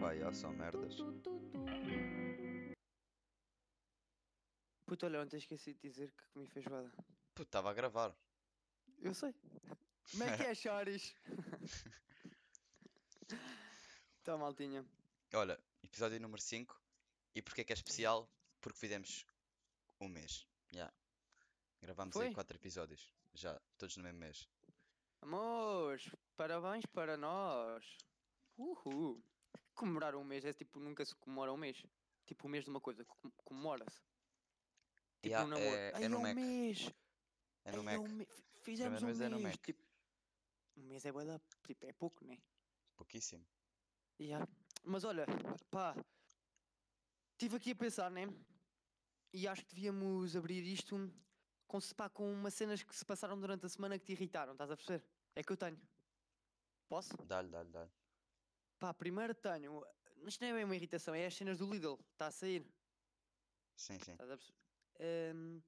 Pá, já são merdas. Puto, olha, ontem esqueci de dizer que comi feijoada. Puto, estava a gravar. Eu sei. Como é que é, Choris? Tá, maltinha. Olha, episódio número 5. E porque é que é especial? Porque fizemos um mês. Já. Gravámos aí Foi? 4 episódios. Já, todos no mesmo mês. Amores, parabéns para nós. Uhul. Comemorar um mês é tipo, nunca se comemora um mês. Tipo, um mês de uma coisa, com- comemora-se. Tipo, Já, um namoro. é, é Ai, no um Mac. mês. É no Ai, Mac. um me- F- Fizemos um mês mês. é no Mac. Tipo, um mês é bué da- tipo, é pouco, né? Pouquíssimo. Ya. Mas olha, pá, estive aqui a pensar, né? E acho que devíamos abrir isto com, se- pá, com umas cenas que se passaram durante a semana que te irritaram, estás a perceber? É que eu tenho. Posso? Dá-lhe, dá-lhe, dá-lhe. Pá, primeiro tenho. Isto não é bem uma irritação, é as cenas do Lidl, está a sair. Sim, sim. Estás a perce- Ahm,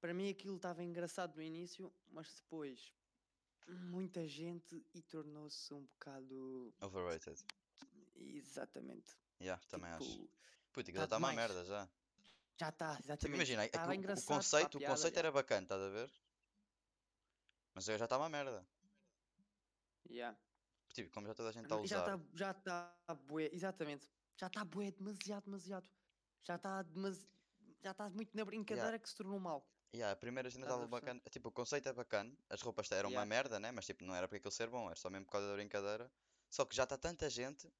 para mim aquilo estava engraçado no início, mas depois muita gente e tornou-se um bocado. Overrated. Exatamente. Já, também acho. tipo, Puta, aquilo tá já está uma demais. merda já. Já está, Tipo, exatamente. imagina, Tava aquilo- o engraçado para a conceito, o piada, conceito já. era bacana, estás a ver? Mas agora já está uma merda. Yeah. Tipo, como já toda a gente está a usar. já está já tá bué, exatamente. Já está bué, demasiado, demasiado. Já está demasi... já está muito na brincadeira que se tornou mal. Yeah, a primeira cena Estás a estava perceber? bacana, tipo, o conceito é bacana, as roupas eram uma Yeah. merda, né? Mas tipo, não era para aquilo ser bom, era só mesmo por causa da brincadeira. Só que já está tanta gente,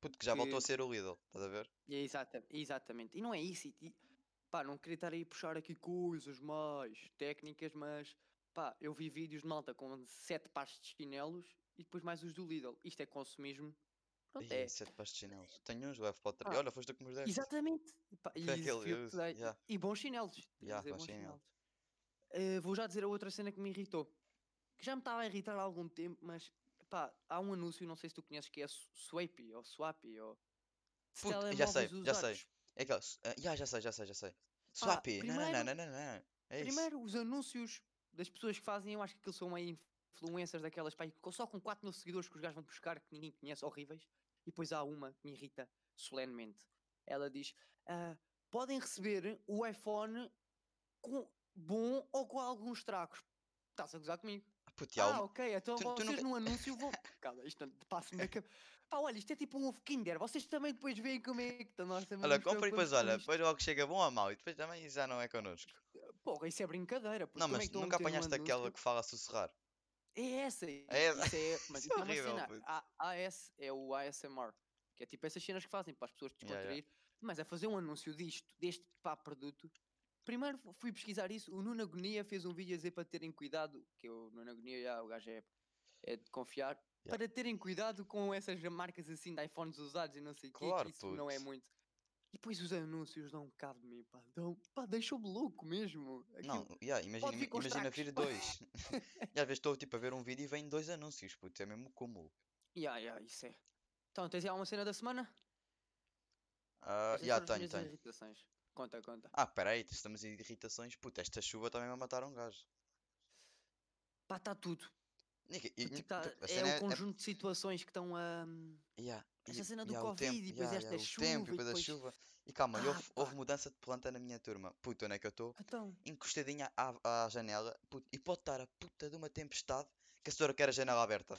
puto, que já voltou a Que- ser o Lidl, estás a ver? E é exata, exatamente. E não é isso. E, e- pá, não queria estar aí a puxar aqui coisas mais técnicas, mas pá, eu vi vídeos de malta com sete pares de chinelos e depois mais os do Lidl. Isto é consumismo. Pronto, Ih, é. Ah, sete pares de chinelos. Tenho uns, levo para o tra- Pá, Olha, foste tu que me deste. Exatamente. Pá, e, Foi isso aquele foi o que uso, dei. yeah. E bons chinelos. tenho que Yeah, dizer, bons bons chinelos. chinelos. Eh, vou já dizer a outra cena que me irritou. Que já me estava a irritar há algum tempo, mas pá, há um anúncio, não sei se tu conheces, que é Su- Swapi ou Swapi ou. de Puto, já telemóveis sei, já sei. usados. É aquele. s- ah, yeah, já sei, já sei, já sei. Swap, não, não, não, primeiro- não, não, não. É isso. Primeiro, os anúncios das pessoas que fazem, eu acho que aqueles são meio influencers daquelas, pá, com- só com 4 mil seguidores que os gajos vão buscar, que ninguém conhece, horríveis. E depois há uma que me irrita solenemente. Ela diz: "Ah, podem receber o iPhone com bom ou com alguns tracos. Estás a gozar comigo? Puto, e há Ah, um- ok, então tu- tu vocês nunca- num anúncio vão. Calma, isto não- passa-me da cabeça. Pá, olha, isto é tipo um ovo Kinder, vocês também depois veem como é que. Nós também Olha, nos compra e depois preocupamos com olha, isto. depois logo chega bom ou mau, e depois também já não é connosco. Porra, isso é brincadeira. porque Não, como é mas que estão a nunca meter num apanhaste aquela anúncio? que fala a sussurrar. É essa. É essa. Isso é, mas Isso é isso é uma horrível, cena. puto. A, AS é o ASMR. Que é tipo essas cenas que fazem para as pessoas Ya, ya. descontrair. Mas a fazer um anúncio disto, deste pá produto. Primeiro fu- fui pesquisar isso. O Nuno Agonia fez um vídeo a dizer para terem cuidado. Que o Nuno Agonia, já, o gajo é, é de confiar. Ya. Para terem cuidado com essas marcas assim de iPhones usados e não sei o quê, Claro, que. Isso não é puto. muito. E depois os anúncios dão um cabo de mim, pá. Dão, pá, deixou-me louco mesmo. Aquilo- Não, yeah, imagina, vir com os imagina tracos. vir dois. e às vezes estou tipo a ver um vídeo e vem dois anúncios, puto, é mesmo o cúmulo. Ya, ya, isso é. Então, tens aí alguma cena da semana? Ah, Essas já foram as Ah, tenho, minhas tenho. irritações. Conta, conta. Ah, peraí, estamos em irritações, puto, esta chuva também vai matar um gajo. Pá, está tudo. Nica- e- Tipo, ni- tá- tipo, a é cena é, um conjunto de situações que estão a. hum, yeah, essa e- cena do yeah, o Covid tempo, e depois yeah, esta yeah, o tempo chuva e e depois a depois- chuva. E calma, e Ah, houve, houve mudança de planta na minha turma. Puto, onde é que eu estou? Então. Encostadinha à, à janela, puto, e pode estar a puta de uma tempestade que a senhora quer a janela aberta.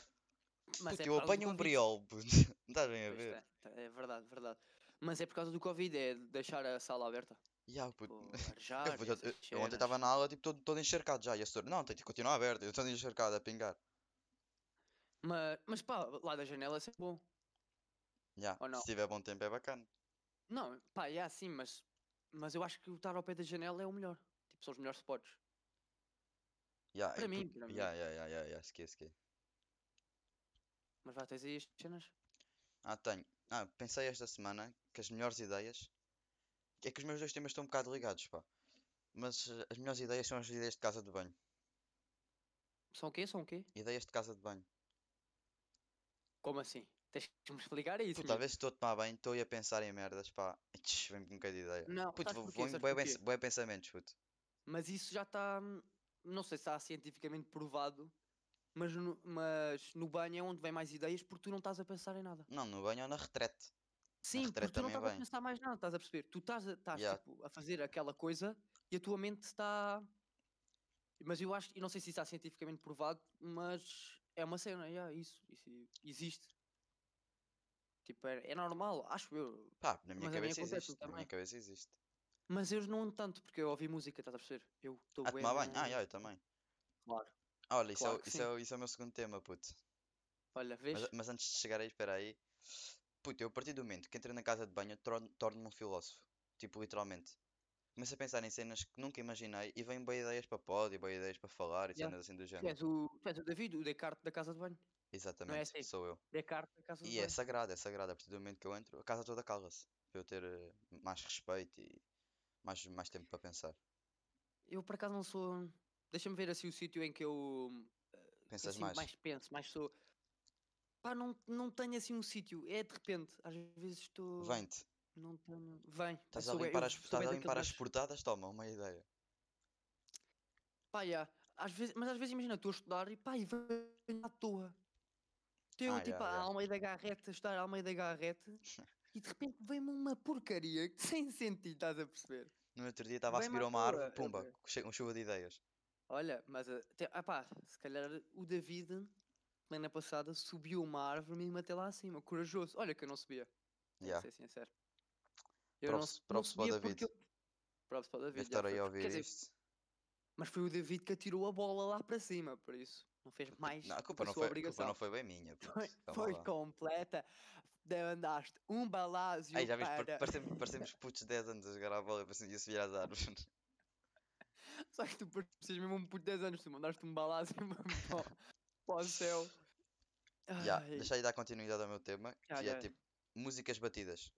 Mas Puto, eu é por causa do apanho um Covid. briol, puto. Não estás bem a Pois ver? tá, tá, é verdade, verdade. Mas é por causa do Covid, é deixar a sala aberta. Yeah, puto. Tipo, Eu, arejar. vou- eu- eu- essas eu ontem cenas. estava na aula, tipo, todo, todo encharcado já, e a senhora, não, tem que continuar aberto, eu estou encharcado a pingar. Mas, mas pá, lá da janela é sempre bom. Já, Ou não? se tiver bom tempo é bacana. Não, pá, é assim, mas. Mas eu acho que estar ao pé da janela é o melhor. Tipo, são os melhores spots. Já, Para mim, para mim. Já, já, já, já, já, esquece, esquece. Mas vá, tens aí as cenas? Ah, tenho. Ah, pensei esta semana que as melhores ideias. É que os meus dois temas estão um bocado ligados, pá. Mas eh, as melhores ideias são as ideias de casa de banho. São o quê? São o quê? Ideias de casa de banho. Como assim? Tens que me explicar isso. Puta, às mesmo. vezes estou a tomar banho, estou aí a pensar em merdas, pá. Tch, Vem-me com um bocado de ideia. Não, Puto, sabes vou, porquê? vou em Sabes bué porquê? pens- bué pensamentos, puto. Mas isso já está. Não sei se está cientificamente provado, mas no, mas no banho é onde vem mais ideias porque tu não estás a pensar em nada. Não, no banho ou na retrete. Sim, retrete porque tu não também estás a vem. pensar mais nada, estás a perceber? Tu estás, a- estás, Yeah. tipo, a fazer aquela coisa e a tua mente está. Mas eu acho, e não sei se isso está cientificamente provado, mas é uma cena, yeah, isso, isso existe. Tipo, é, é normal, acho eu. Pá, na minha Mas a é mim cabeça acontece-me existe. Na também. minha cabeça existe. Mas eu não tanto, porque eu ouvi música, estás a perceber? Eu estou Ah, tomar banho? Ah, na- já, eu também. Claro. Olha, isso é, Claro o- que isso, sim. é, o- isso é o meu segundo tema, puto. Olha, vês? Mas, mas antes de chegar aí, espera aí. Puto, eu a partir do momento que entrei na casa de banho, eu torno- torno-me um filósofo. Tipo, literalmente. Começo a pensar em cenas que nunca imaginei e vêm boas ideias para pod e boas ideias para falar e Yeah. cenas assim do Tu género. és, o, tu és o David, o Descartes da casa de banho. Exatamente, assim? sou eu. Descartes da casa de E é banho. sagrado, é sagrado. A partir do momento que eu entro, a casa toda cala-se. Para eu ter eh, mais respeito e mais, mais tempo para pensar. Eu por acaso não sou. Deixa-me ver assim o sítio em que eu Pensas assim, mais? penso, mais sou. Pá, não, não tenho assim um sítio. É de repente. Às vezes estou. Vem-te. Não tenho. Vem. eu Estás a sou bué- limpar eu as, sou estás bué a daquele limpar as gajo. portadas? Toma, uma ideia. Pá, já. Às vezes, mas às vezes imagina, estou a estudar e pá, e vem à toa. Estou Ah, tipo já, já. a alma da garreta, a estudar a alma da garreta e de repente vem-me uma porcaria que sem sentido, estás a perceber? No outro dia estava a Bem eh, subir má a uma árvore, toa, eu pumba, che- um chuva de ideias. Olha, mas eh, te- ah pá, se calhar o David, semana passada, subiu uma árvore mesmo até lá acima, corajoso. Olha que eu não subia, vou Yeah. ser sincero. Eu não Props- su- props não, para o subia David. porque eu- Props para o Deve David. já estar foi aí a porque- quer ouvir dizer, isto. mas foi o David que atirou a bola lá para cima, por isso não fez mais Não, a culpa não, foi, sua a culpa obrigação. não foi bem minha. puto, Foi, calma foi lá. completa. De andaste um balásio Aí já viste, par- para... parecemos, parecemos putos de 10 anos a jogar à bola e parecemos- e a subir às árvores. Só que tu precisas mesmo um por 10 anos, tu mandaste um balásio mesmo para, o- para o céu. Já, Ai. deixa aí dar continuidade ao meu tema, que Já, é já. tipo músicas batidas.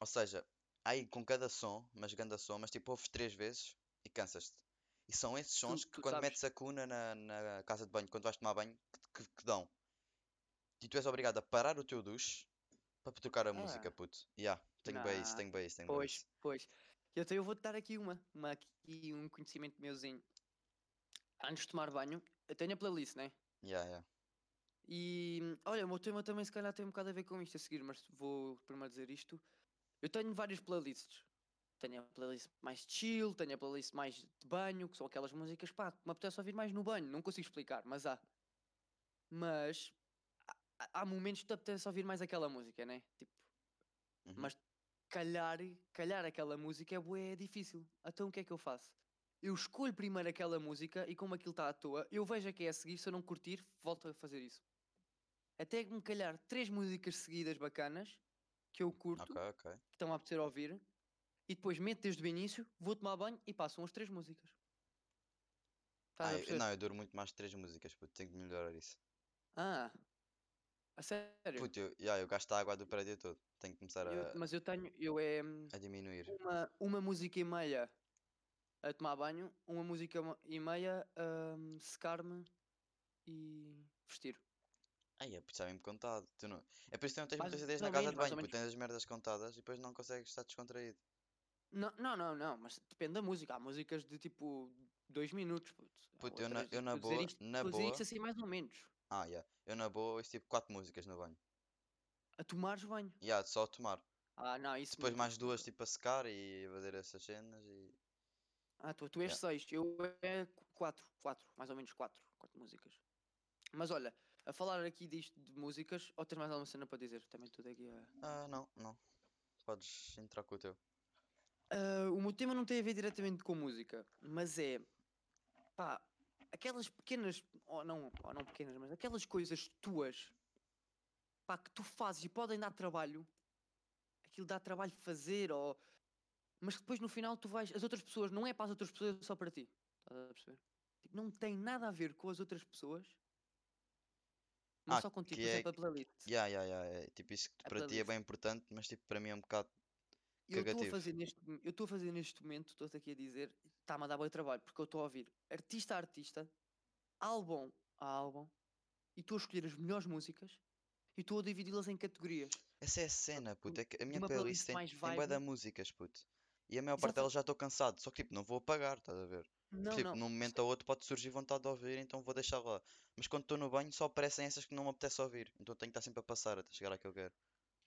Ou seja, há aí com cada som, mas ganda som, mas tipo ouves três vezes e cansas-te. E são esses sons que tu quando sabes- metes a cuna na, na casa de banho, quando vais tomar banho, que, que- que dão. E tu és obrigado a parar o teu duche para tocar a música, Ah. puto. Já, tenho bem isso, Nah, tenho bem isso, tenho bem Pois, isso. pois. Então eu vou-te dar aqui uma, uma aqui, um conhecimento meuzinho. Antes de tomar banho, eu tenho a playlist, né? Já, já. E hum, olha, o meu tema também se calhar tem um bocado a ver com isto a seguir, mas vou primeiro dizer isto. Eu tenho várias playlists. Tenho a playlist mais chill, tenho a playlist mais de banho, que são aquelas músicas, pá, que me apetece ouvir mais no banho, não consigo explicar, mas há. Mas há- há, há momentos que te apetece ouvir mais aquela música, né? Tipo, Uhum. mas calhar, calhar aquela música é bué, é difícil. Então o que é que eu faço? Eu escolho primeiro aquela música e como aquilo está à toa, eu vejo a que é a seguir, se eu não curtir, volto a fazer isso. Até que me calhar três músicas seguidas bacanas que eu curto, Ok, ok. que estão a apetecer ouvir, e depois meto desde o início, vou tomar banho e passam as três músicas. Estás a Ai, perceber? não, eu duro muito mais de três músicas, puto, tenho que melhorar isso. Ah, a sério? Puto, eu, já, eu gasto a água do prédio todo. Tenho que começar Eu- a, mas eu tenho, eu é hum, a diminuir. uma, uma música e meia a tomar banho, uma música e ma- e meia a hum, secar-me e vestir. Ai, é porque está mesmo contado. Tu não... É por isso que tu não tens Mais muitas ou- ideias na mais casa ou menos, de mais banho, ou porque tens as merdas contadas e depois não consegues estar descontraído. Não, não, não, não, mas depende da música. Há músicas de tipo dois minutos, puto. Há Puto, eu na- outras- eu na estou a boa- dizer isto- na estou a dizer boa- isto assim mais ou menos. Ah, yeah. Eu na boa ouço tipo quatro músicas no banho. A tomares banho. Yeah, só a tomar. Ah, não, isso Depois não, mais isso não. duas tipo a secar e a fazer essas cenas e. Ah, tu, tu és Yeah. seis, eu é qu- quatro, quatro, mais ou menos quatro, quatro músicas. Mas olha, a falar aqui disto de músicas, ou tens mais alguma cena para dizer? Também tudo aqui eh, a... Ah, não, não. Podes entrar com o teu. Ah, o meu tema não tem a ver diretamente com música, mas é pá, aquelas pequenas, ou não, ou não pequenas, mas aquelas coisas tuas pá, que tu fazes e podem dar trabalho, aquilo dá trabalho fazer, ou mas que depois no final tu vais, as outras pessoas, não é para as outras pessoas, é só para ti. Estás a perceber? Tipo, não tem nada a ver com as outras pessoas, mas Ah, só contigo, que por é- exemplo, a playlist. Yeah, yeah, yeah. É tipo isso que A para ti é playlist. bem importante, mas tipo para mim é um bocado. eu estou a Cagativo. fazer neste mo- eu estou a fazer neste momento estou-te aqui a dizer está-me a dar bom trabalho porque eu estou a ouvir artista a artista álbum a álbum e estou a escolher as melhores músicas e estou a dividi-las em categorias Essa é a cena, puto. É que a minha Ah, uma playlist playlist tem, mais tem bué da vibe. músicas, puto. E a maior parte Exato. delas já estou cansado. Só que tipo, não vou apagar, estás a ver? Não, tipo, não. num momento ou outro pode surgir vontade de ouvir, então vou deixar lá. Mas quando estou no banho só aparecem essas que não me apetece ouvir. Então tenho que estar sempre a passar até chegar à que eu quero.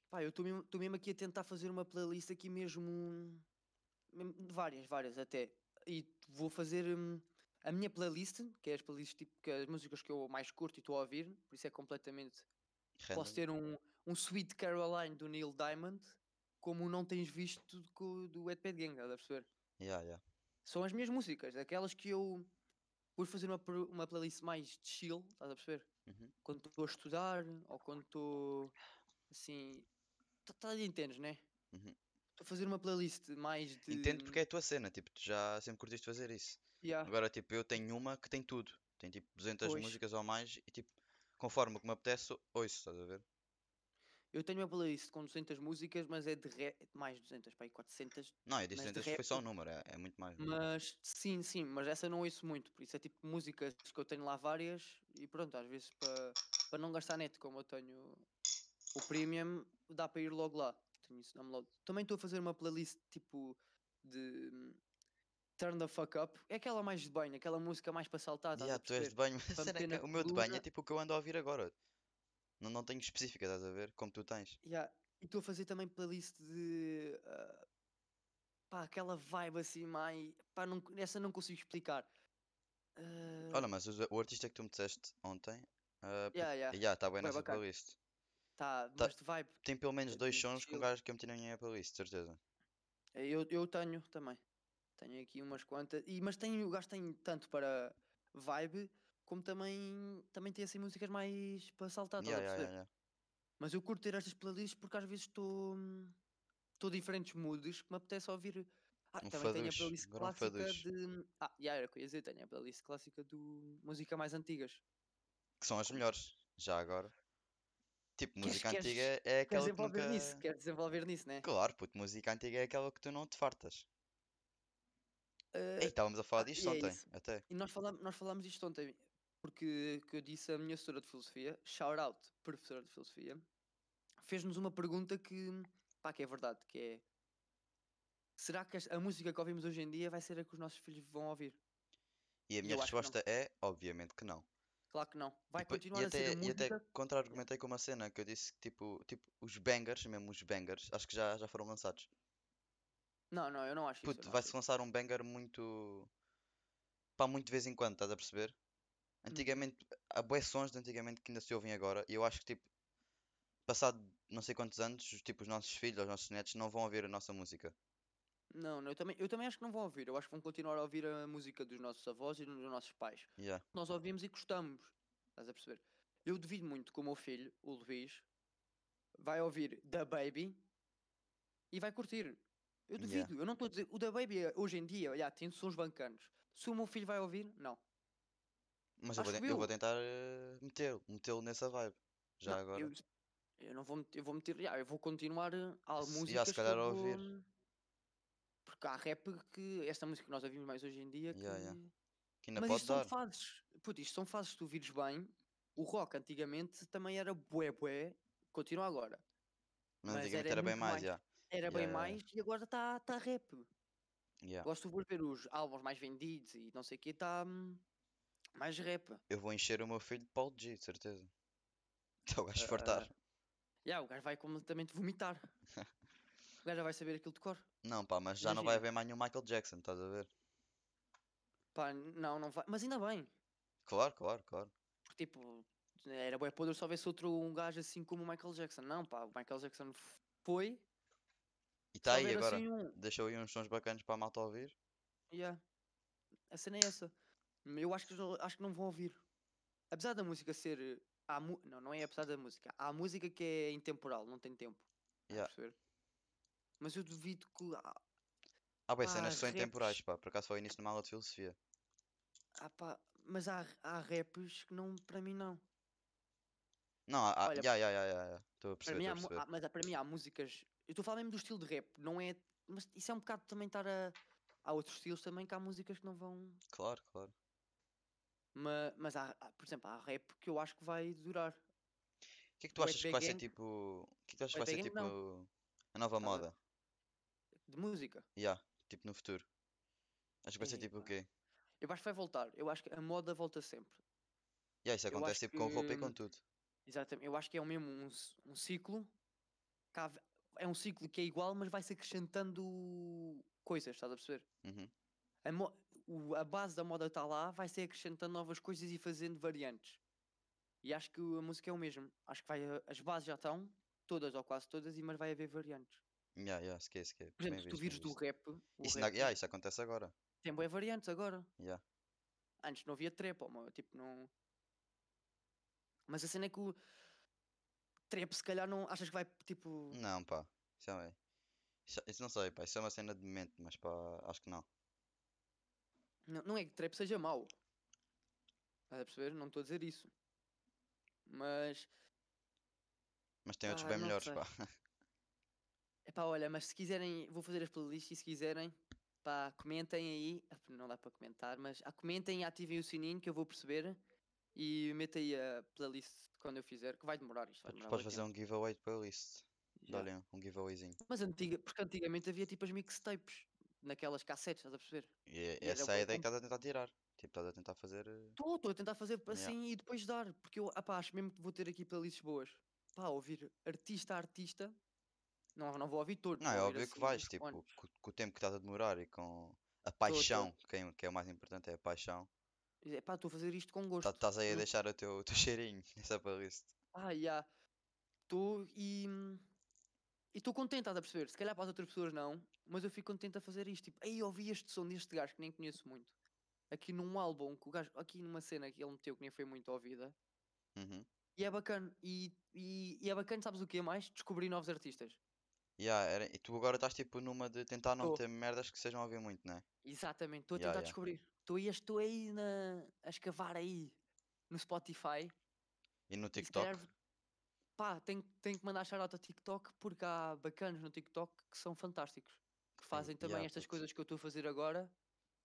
Pá, eu estou mesmo, tô mesmo aqui a tentar fazer uma playlist aqui mesmo. hum, mesmo de Várias, várias até. E vou fazer hum, a minha playlist, que é as playlists tipo que as músicas que eu mais curto e estou a ouvir, por isso é completamente Random. Posso ter um, um Sweet Caroline do Neil Diamond, como o não tens visto do, do Wetpad Gang, estás a perceber? Yeah, yeah. São as minhas músicas, aquelas que eu. Por fazer uma, pro- uma playlist mais de chill, estás a perceber? Uhum. Quando estou a estudar ou quando estou. Assim. tu- tu entendes, né? Uhum. Estou a fazer uma playlist mais de. Entendo porque é a tua cena, tipo, tu já sempre curtiste fazer isso. Yeah. Agora, tipo, eu tenho uma que tem tudo. Tem tipo 200 Pois. músicas ou mais e tipo, conforme o que me apetece, ouço, estás a ver? Eu tenho uma playlist com 200 músicas, mas é de. Re... Mais 200, pá, aí 400 Não, eu disse Mas 200 de porque foi só um rap- número, é, é muito mais. Mas sim, sim, mas essa não ouço muito, por isso é tipo músicas que eu tenho lá várias e pronto, às vezes para para não gastar net, como eu tenho o premium, dá para ir logo lá. Tenho isso download. Também estou a fazer uma playlist tipo de hum, Turn the Fuck Up, é aquela mais de banho, aquela música mais para saltar, estás Yeah, a tu és perceber? de banho, mas Para a cena é meter na que o meu de banho é coluna. tipo o que eu ando a ouvir agora. Não, não tenho específica, estás a ver? Como tu tens. Yeah, E estou a fazer também playlist de. ah, pá, aquela vibe assim, mais. pá, não, essa não consigo explicar. Ah, Olha, mas o, o artista que tu me disseste ontem, ah, yeah, yeah. yeah, tá bem É. bué nessa bacana. playlist. Tá, Tá. mas de vibe. Tem pelo menos É dois muito sons com chill. gajos que eu meti na minha playlist, de certeza. Eh, Eu, eu tenho também. Tenho aqui umas quantas. E, mas tenho, o gajo tem tanto para vibe, como também, também tem assim músicas mais para saltar, estás Yeah, a yeah, perceber? yeah, yeah. Mas eu curto ter estas playlists porque às vezes estou. Estou diferentes moods que me apetece ouvir. Ah, Um também tenho a faduz, playlist agora um clássica faduz. de. Ah, yeah, era o que eu ia dizer, tenho a playlist clássica do música mais antigas. Que são as melhores, já agora. Tipo, Queres- música queres- antiga é Queres aquela que desenvolver nunca. nisso? Queres desenvolver nisso, né? Claro, puto, música antiga é aquela que tu não te fartas. Eh, Ei, estávamos a falar ah, disto e é ontem, isso. até. E nós falámos, nós falámos isto ontem, porque que eu disse a minha professora de filosofia, shout out, professora de filosofia, fez-nos uma pergunta que, pá, que é verdade, que é será que as- a música que ouvimos hoje em dia vai ser a que os nossos filhos vão ouvir? E a minha eu acho que não. resposta é, obviamente que não. Tipo, Claro que não. Vai E, pa- continuar e a ser até, a e até música. contra-argumentei com uma cena que eu disse que tipo, tipo, os bangers, mesmo os bangers, acho que já, já foram lançados. Não, não, eu não acho isso. é eu Puto, não vai-se acho isso. lançar um banger muito. pá, muito de vez em quando, estás a perceber? Hum. Antigamente, há bué sons de antigamente que ainda se ouvem agora, e eu acho que tipo, passado não sei quantos anos, os- tipo, os nossos filhos, os nossos netos não vão ouvir a nossa música. Não, não, eu também, eu também acho que não vão ouvir. Eu acho que vão continuar a ouvir a música dos nossos avós e dos nossos pais. Yeah. nós ouvimos e gostamos. Estás a perceber? Eu duvido muito que o meu filho, o Luís, vai ouvir The Baby e vai curtir. Eu duvido, Yeah. eu não estou a dizer. O The Baby eh, hoje em dia, olha, tem sons bancanos. Se o meu filho vai ouvir, não. Mas eu vou, Acho ten- eu vou eu. tentar eh, metê-lo, metê-lo nessa vibe. Já Não, agora. Eu, eu não vou, met- eu vou meter. yeah, eu vou continuar eh, há Se- yeah, se músicas. que eu calhar a ouvir. vou- Porque há rap que. Esta música que nós ouvimos mais hoje em dia. Que... Yeah, yeah. Que ainda Mas pode isto são dar. fases. Puto, isto são fases que tu vires bem. O rock antigamente também era bué bué. Continua agora. Mas mas antigamente era era bem muito mais, mais. yeah. Era bem Yeah, Ah. yeah, yeah. mais e agora está tá rap. Yeah. Gosto de ver os álbuns mais vendidos e não sei o que, está mais rap. Eu vou encher o meu filho de Paulo G, de certeza. Então o gajo fartar. Ah, Yeah, o gajo vai completamente vomitar. o gajo já vai saber aquilo de cor. Não, pá, mas já não vai ah, imagina. haver mais nenhum Michael Jackson, estás a ver? Pá, não, não vai. Mas ainda bem. Claro, claro, claro. Porque tipo, era bué podre se houvesse outro um gajo assim como o Michael Jackson. Não, pá, o Michael Jackson f- foi. E está Tá só aí ver agora. assim um- Deixou aí uns sons bacanas para a malta ouvir. Yeah. A cena é essa. Eu acho que, eles não- acho que não vão ouvir. Apesar da música ser. eh, Há mu- Não, não é apesar da música. Há música que é intemporal, não tem tempo. estás a Yeah. perceber? Mas eu duvido que. Ah, Ah, bem, Pá, cenas que são raps. intemporais, pá. Por acaso foi início numa aula de filosofia. ah pá, mas há, há raps que não. Para mim, não. Não, há. há- Olha, Ya, ya, ya, ya, ya. Estou a Para perceber, mim, estou há, a mu- perceber. há- mas há- para mim há músicas. Eu estou a falar mesmo do estilo de rap, não é. Mas isso é um bocado também estar a. Há outros estilos também que há músicas que não vão. Claro, claro. Mas, mas há, há- por exemplo, há rap que eu acho que vai durar. O que é que tu O achas que vai ser Epigang- tipo. O que é que tu achas que o vai ser Epigang não. tipo. A nova Estás a- moda? De música. Ya. Tipo, no futuro. Acho que vai ser tipo o Epá. quê? Eu acho que vai voltar. Eu acho que a moda volta sempre. Yeah, isso Eu acho acontece tipo com roupa e com que- tudo. Exatamente. Eu acho que é o mesmo um, ci- um ciclo. que há- é um ciclo que é igual, mas vai-se acrescentando coisas, estás a perceber? Uhum. A, mo- o- a base da moda está lá, vai-se acrescentando novas coisas e fazendo variantes. E acho que a música é o mesmo. Acho que vai, a- as bases já estão, todas ou quase todas, e mas vai haver variantes. Yeah, yeah, esquece, esquece. Por exemplo, Bem se tu visto, bem vires do visto. rap, o Isso, na- rap yeah, isso acontece agora. tem boas variantes agora. Yeah. Antes não havia trap, ó, meu, tipo, não. Mas a cena é que o trap, se calhar, não. Achas que vai, tipo. Não, pá. Isso, é... isso, isso não sei, pá. Isso é uma cena de momento, mas pá, acho que não. Hum. Não, não é que trap seja mau. Estás a perceber? Não estou a dizer isso. Mas. Mas tem outros Ah, bem não melhores, sei. pá. Epá, olha, mas se quiserem, vou fazer as playlists e se quiserem, pá, comentem aí. Ah, Não dá para comentar, mas ah, comentem e ativem o sininho que eu vou perceber. E meta aí a playlist quando eu fizer, que vai demorar isto. Vai Podes demorar podes bué fazer tempo. um giveaway de playlist. Já. Dá-lhe um, um giveawayzinho. Mas antiga, porque antigamente havia tipo as mixtapes, naquelas cassetes, estás a perceber? E é- E era essa bué é a ideia que bom. estás a tentar tirar. Tipo, estás a tentar fazer. eh, Estou, estou a tentar fazer Yeah. assim e depois dar, porque eu apá, acho mesmo que vou ter aqui playlists boas. Pá, ouvir artista a artista, não, não vou ouvir todos. Não, é vou ouvir, óbvio que assim, vais, uns tipo, quantos. co- com o tempo que estás a demorar e com a tô. paixão, que é, que é o mais importante, é a paixão. É pá, estou a fazer isto com Tá- gosto. Estás aí a Hum. deixar o teu, o teu cheirinho nessa playlist. Ah, já. Estou e. E estou contente, estás a perceber? Se calhar para as outras pessoas não, mas eu fico contente a fazer isto. Tipo, ei, ouvi este som deste gajo que nem conheço muito. Aqui num álbum, que o gajo, aqui numa cena que ele meteu que nem foi muito ouvida. Uhum. E é bacana. E, e, e é bacana, sabes o que é mais? Descobrir novos artistas. Yeah, era- E tu agora estás tipo numa de tentar não Tô. meter merdas que sejam a ouvir muito, não é? Exatamente, estou a Ya, tentar ya. descobrir. Estou aí, estou aí na, a escavar aí no Spotify. E no e se calhar TikTok. vou- Pá, tenho, tenho que mandar shout-out ao TikTok porque há bacanas no TikTok que são fantásticos. Que fazem também ya, estas puto. coisas que eu estou a fazer agora.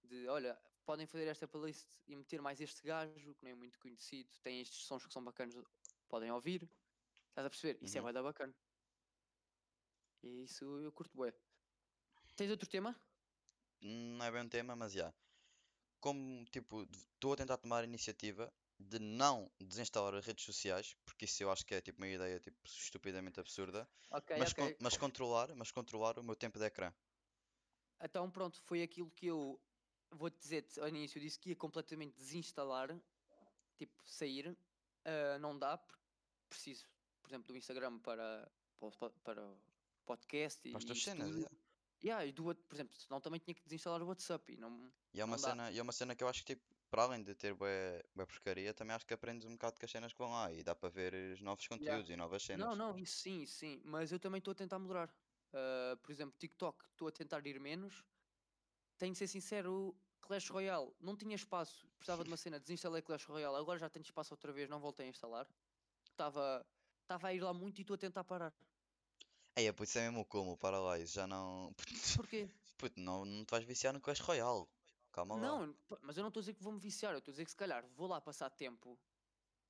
De, olha, podem fazer esta playlist e meter mais este gajo, que não é muito conhecido. Tem estes sons que são bacanas, podem ouvir. Estás a perceber? Isso é Uhum. bué da bacana. E isso eu curto bué. Tens outro tema? Não é bem um tema, mas já. Como, tipo, estou a tentar tomar a iniciativa de não desinstalar as redes sociais, porque isso eu acho que é tipo uma ideia tipo, estupidamente absurda, Ok, mas, con- ok. mas controlar, mas controlar o meu tempo de ecrã. Então pronto, foi aquilo que eu vou te dizer ao início, eu disse que ia completamente desinstalar, tipo, sair. Ah, não dá, porque preciso, por exemplo, do Instagram para, para, o spo- para o podcast e Para as tuas isso cenas, tudo. yeah. Yeah, e do, what- por exemplo, senão também tinha que desinstalar o WhatsApp e não. E é uma Não dá. cena, e é uma cena que eu acho que, tipo, para além de ter bué, bué porcaria, também acho que aprendes um bocado com as cenas que vão lá e dá para ver os novos conteúdos e novas cenas. Não, não, isso sim, isso sim. Mas eu também estou a tentar melhorar. Ah, por exemplo, TikTok, estou a tentar ir menos. Tenho de ser sincero, Clash Royale, não tinha espaço. Precisava de uma cena, desinstalei Clash Royale. Agora já tenho espaço outra vez, não voltei a instalar. Estava estava a ir lá muito e estou a tentar parar. Ei, é, puto, isso é mesmo o cúmulo, para lá, isso já não. Puto, Porquê? puto, não, não te vais viciar no Clash Royale. Calma lá. Não, pá, mas eu não estou a dizer que vou me viciar. Eu estou a dizer que se calhar vou lá passar tempo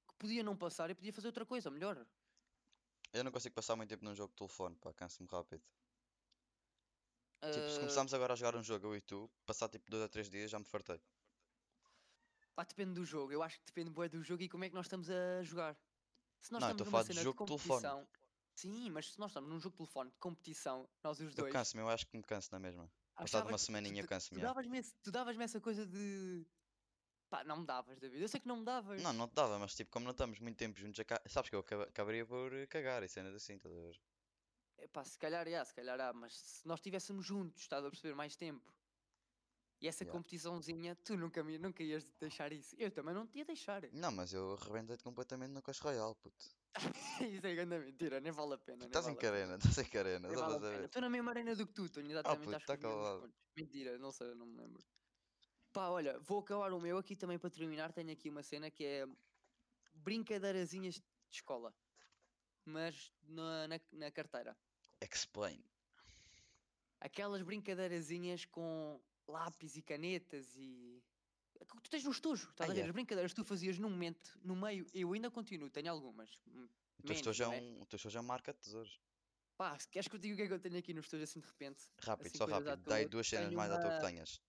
que podia não passar e podia fazer outra coisa melhor. Eu não consigo passar muito tempo num jogo de telefone, pá, canso-me rápido. Tipo, se Ah, começarmos agora a jogar um jogo, eu e tu, passar tipo dois ou três dias já me fartei. Pá, depende do jogo. Eu acho que depende bué do jogo e como é que nós estamos a jogar. Se nós Não, eu estamos estou a numa falar de cena de jogo de telefone. competição. Sim, mas se nós estamos num jogo de telefone de competição, nós os Eu dois. canso-me, eu acho que me canso na mesma. Passado achavas- uma tu- semaninha tu, tu, canso-me. já. davas-me esse- tu davas-me essa coisa de. Pá, não me davas, David. Eu sei que não me davas. Não, não te dava, mas tipo, como não estamos muito tempo juntos, aca- sabes que eu acaba- acabaria por eh, cagar e cenas assim, estás a ver? Epá, se calhar há, se calhar há, mas se nós estivéssemos juntos, estás a perceber mais tempo. E essa Ya. competiçãozinha, tu nunca, me- nunca ias deixar isso. Eu também não te ia deixar. Não, mas eu arrebentei-te completamente no Clash Royale, puto. isso é grande mentira, nem vale a pena. nem Estás em vale a pena. carena, estás em carena, Nem só vale a estás a pena. ver. Estou na mesma arena do que tu, tenho exatamente puto, acho que tá os mesmos calado. pontos. Mentira, não sei, não me lembro. Pá, olha, vou acabar o meu aqui também para terminar. Tenho aqui uma cena que é brincadeirazinhas de escola, mas na, na, na carteira. Explain. Aquelas brincadeirazinhas com lápis e canetas e. que Tu tens no estojo, estás Ah, a ver? é. As brincadeiras que tu fazias num momento, no meio, eu ainda continuo, tenho algumas. m- O teu menos, estojo é não é? um, o teu estojo é um marca de tesouros. Pá, se queres que eu diga o que é que eu tenho aqui nos teus assim de repente? Rápido, Assim, só coisas à rápido. Dá aí toa. duas cenas Tenho mais à toa uma- que tenhas.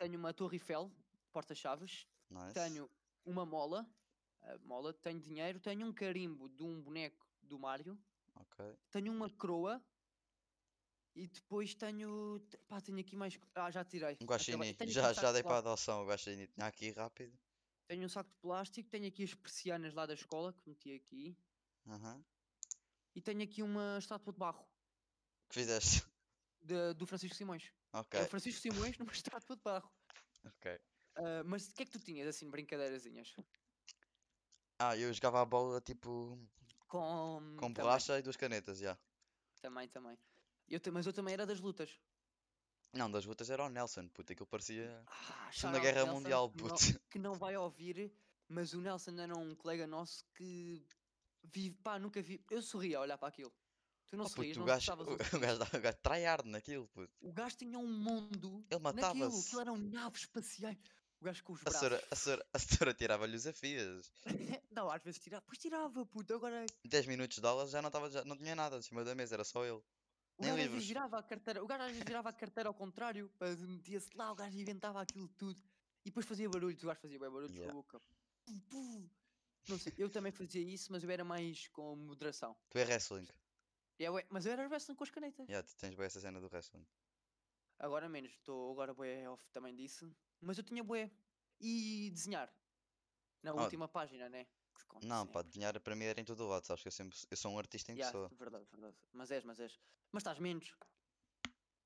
Tenho uma Torre Eiffel, porta-chaves. Nice. Tenho uma mola, a mola. Tenho dinheiro. Tenho um carimbo de um boneco do Mario. Ok. Tenho uma coroa. E depois tenho. te- Pá, tenho aqui mais. co- Ah, já tirei. Um Acabei- guaxinim. tenho aqui um Já, saco já de dei para a plástico. adoção o guaxinim. Tinha aqui rápido. Tenho um saco de plástico. Tenho aqui as persianas lá da escola que meti aqui. Aham. E tenho aqui uma estátua de barro Que fizeste? de- do Francisco Simões. Ok, É o Francisco Simões numa estátua de barro. ok. Ah, mas o que é que tu tinhas assim, de brincadeirazinhas? Ah, eu jogava a bola tipo Com, com Hum, também, borracha e duas canetas, já. Também, também. Eu, ta- mas eu também era das lutas. Não, das lutas era o Nelson, puta, aquilo parecia Ah, Segunda shout-out Guerra Nelson, Mundial, que não- puto. que não vai ouvir, mas o Nelson era um colega nosso que vive, pá, nunca vi. Eu sorria a olhar para aquilo. Tu não Oh, puto, sorrias, o não gajo, gostavas. o, o gajo, dava- o gajo tryhard naquilo, puto. O gajo tinha um mundo Ele naquilo, matava-se. aquilo eram naves espaciais. O gajo com os A senhora, a braços. senhora, a senhora tirava-lhe os afias. Não, às vezes tirava. Pois tirava, puto. Agora 10 minutos de aulas já não, tava, já não tinha nada em cima da mesa, era só ele. o Nem gajo às livros. vezes girava a carteira. O gajo às vezes girava a carteira ao contrário. pá, Metia-se lá, o gajo inventava aquilo tudo. E depois fazia barulho. O gajo fazia bem barulho Yeah. com a boca. Pum, pum. Não sei, eu também fazia isso, mas eu era mais com moderação. Tu é wrestling. Eu é- mas eu era wrestling com as canetas. Já, tu tens bem essa cena do wrestling. Agora menos, estou agora bué off também disso. Mas eu tinha bué. E desenhar. Na Ah, última página, né? Que se conta Não, sempre. pá, desenhar para mim era em todo o lado, sabes que eu sempre eu sou um artista em Ya, pessoa. verdade, verdade. Mas és, mas és. Mas estás menos.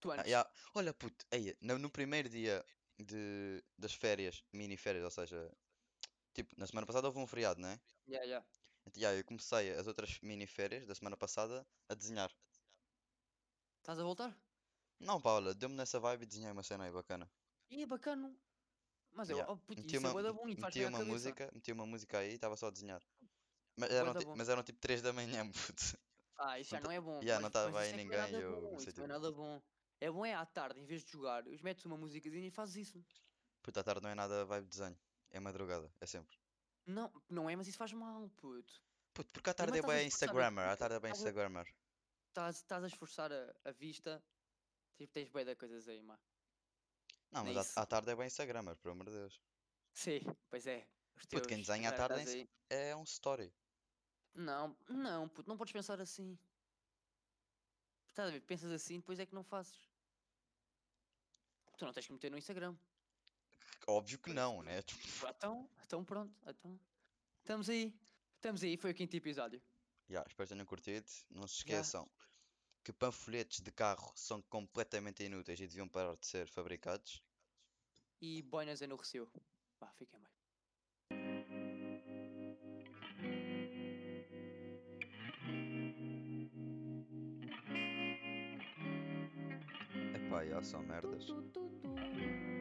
Tu Ah, antes. ya, Olha, puto, aí, no, no primeiro dia de, das férias, mini férias, ou seja, tipo, na semana passada houve um feriado, não é? Ya, ya. Então, ya, eu comecei as outras mini férias da semana passada a desenhar. Estás a voltar? Não, pá, olha, deu-me nessa vibe e desenhei uma cena aí bacana. E é bacana. Mas eu, Ya, oh, puto, Meti isso é uma, bué da bom e faz meti bem à uma cabeça. música, meti uma música aí e estava só a desenhar. Mas Bué eram, da ti- bom. mas eram tipo 3 da manhã, puto. Ah, isso já Não não é bom. Ya, não tava isso aí é que ninguém, Não é nada eu bom, comecei isso não é tipo- nada bom. É bom é à tarde, em vez de jogar, os metes uma musicazinha e fazes isso. Puto, à tarde não é nada vibe de desenho. É madrugada, é sempre. Não, não é, mas isso faz mal, puto. Puto, porque à Primeiro tarde é estás a bem esforçar Instagrammer, a à vista, tarde é bem estás a- Instagrammer. Estás estás a esforçar a, a vista. Tipo, tens bué da coisas aí, mano. Não, nem mas à- isso. à tarde é bem Instagrammer, pelo amor de Deus. Sim, pois é. Os Puto, quem teus desenha à tarde estás é aí. É um story. Não, não, puto, não podes pensar assim. Estás a ver? Pensas assim, depois é que não fazes. Tu não tens que meter no Instagram. Óbvio que Pois, não, não. né? Tipo, Ah, Então, então pronto, então. Estamos aí. Estamos aí, foi o quinto episódio. Ya, espero que tenham curtido. Não se Ya. esqueçam que panfletes de carro são completamente inúteis e deviam parar de ser fabricados. E Boinas enurreceu. Pá, fiquem bem. Epá, já são merdas. merdas.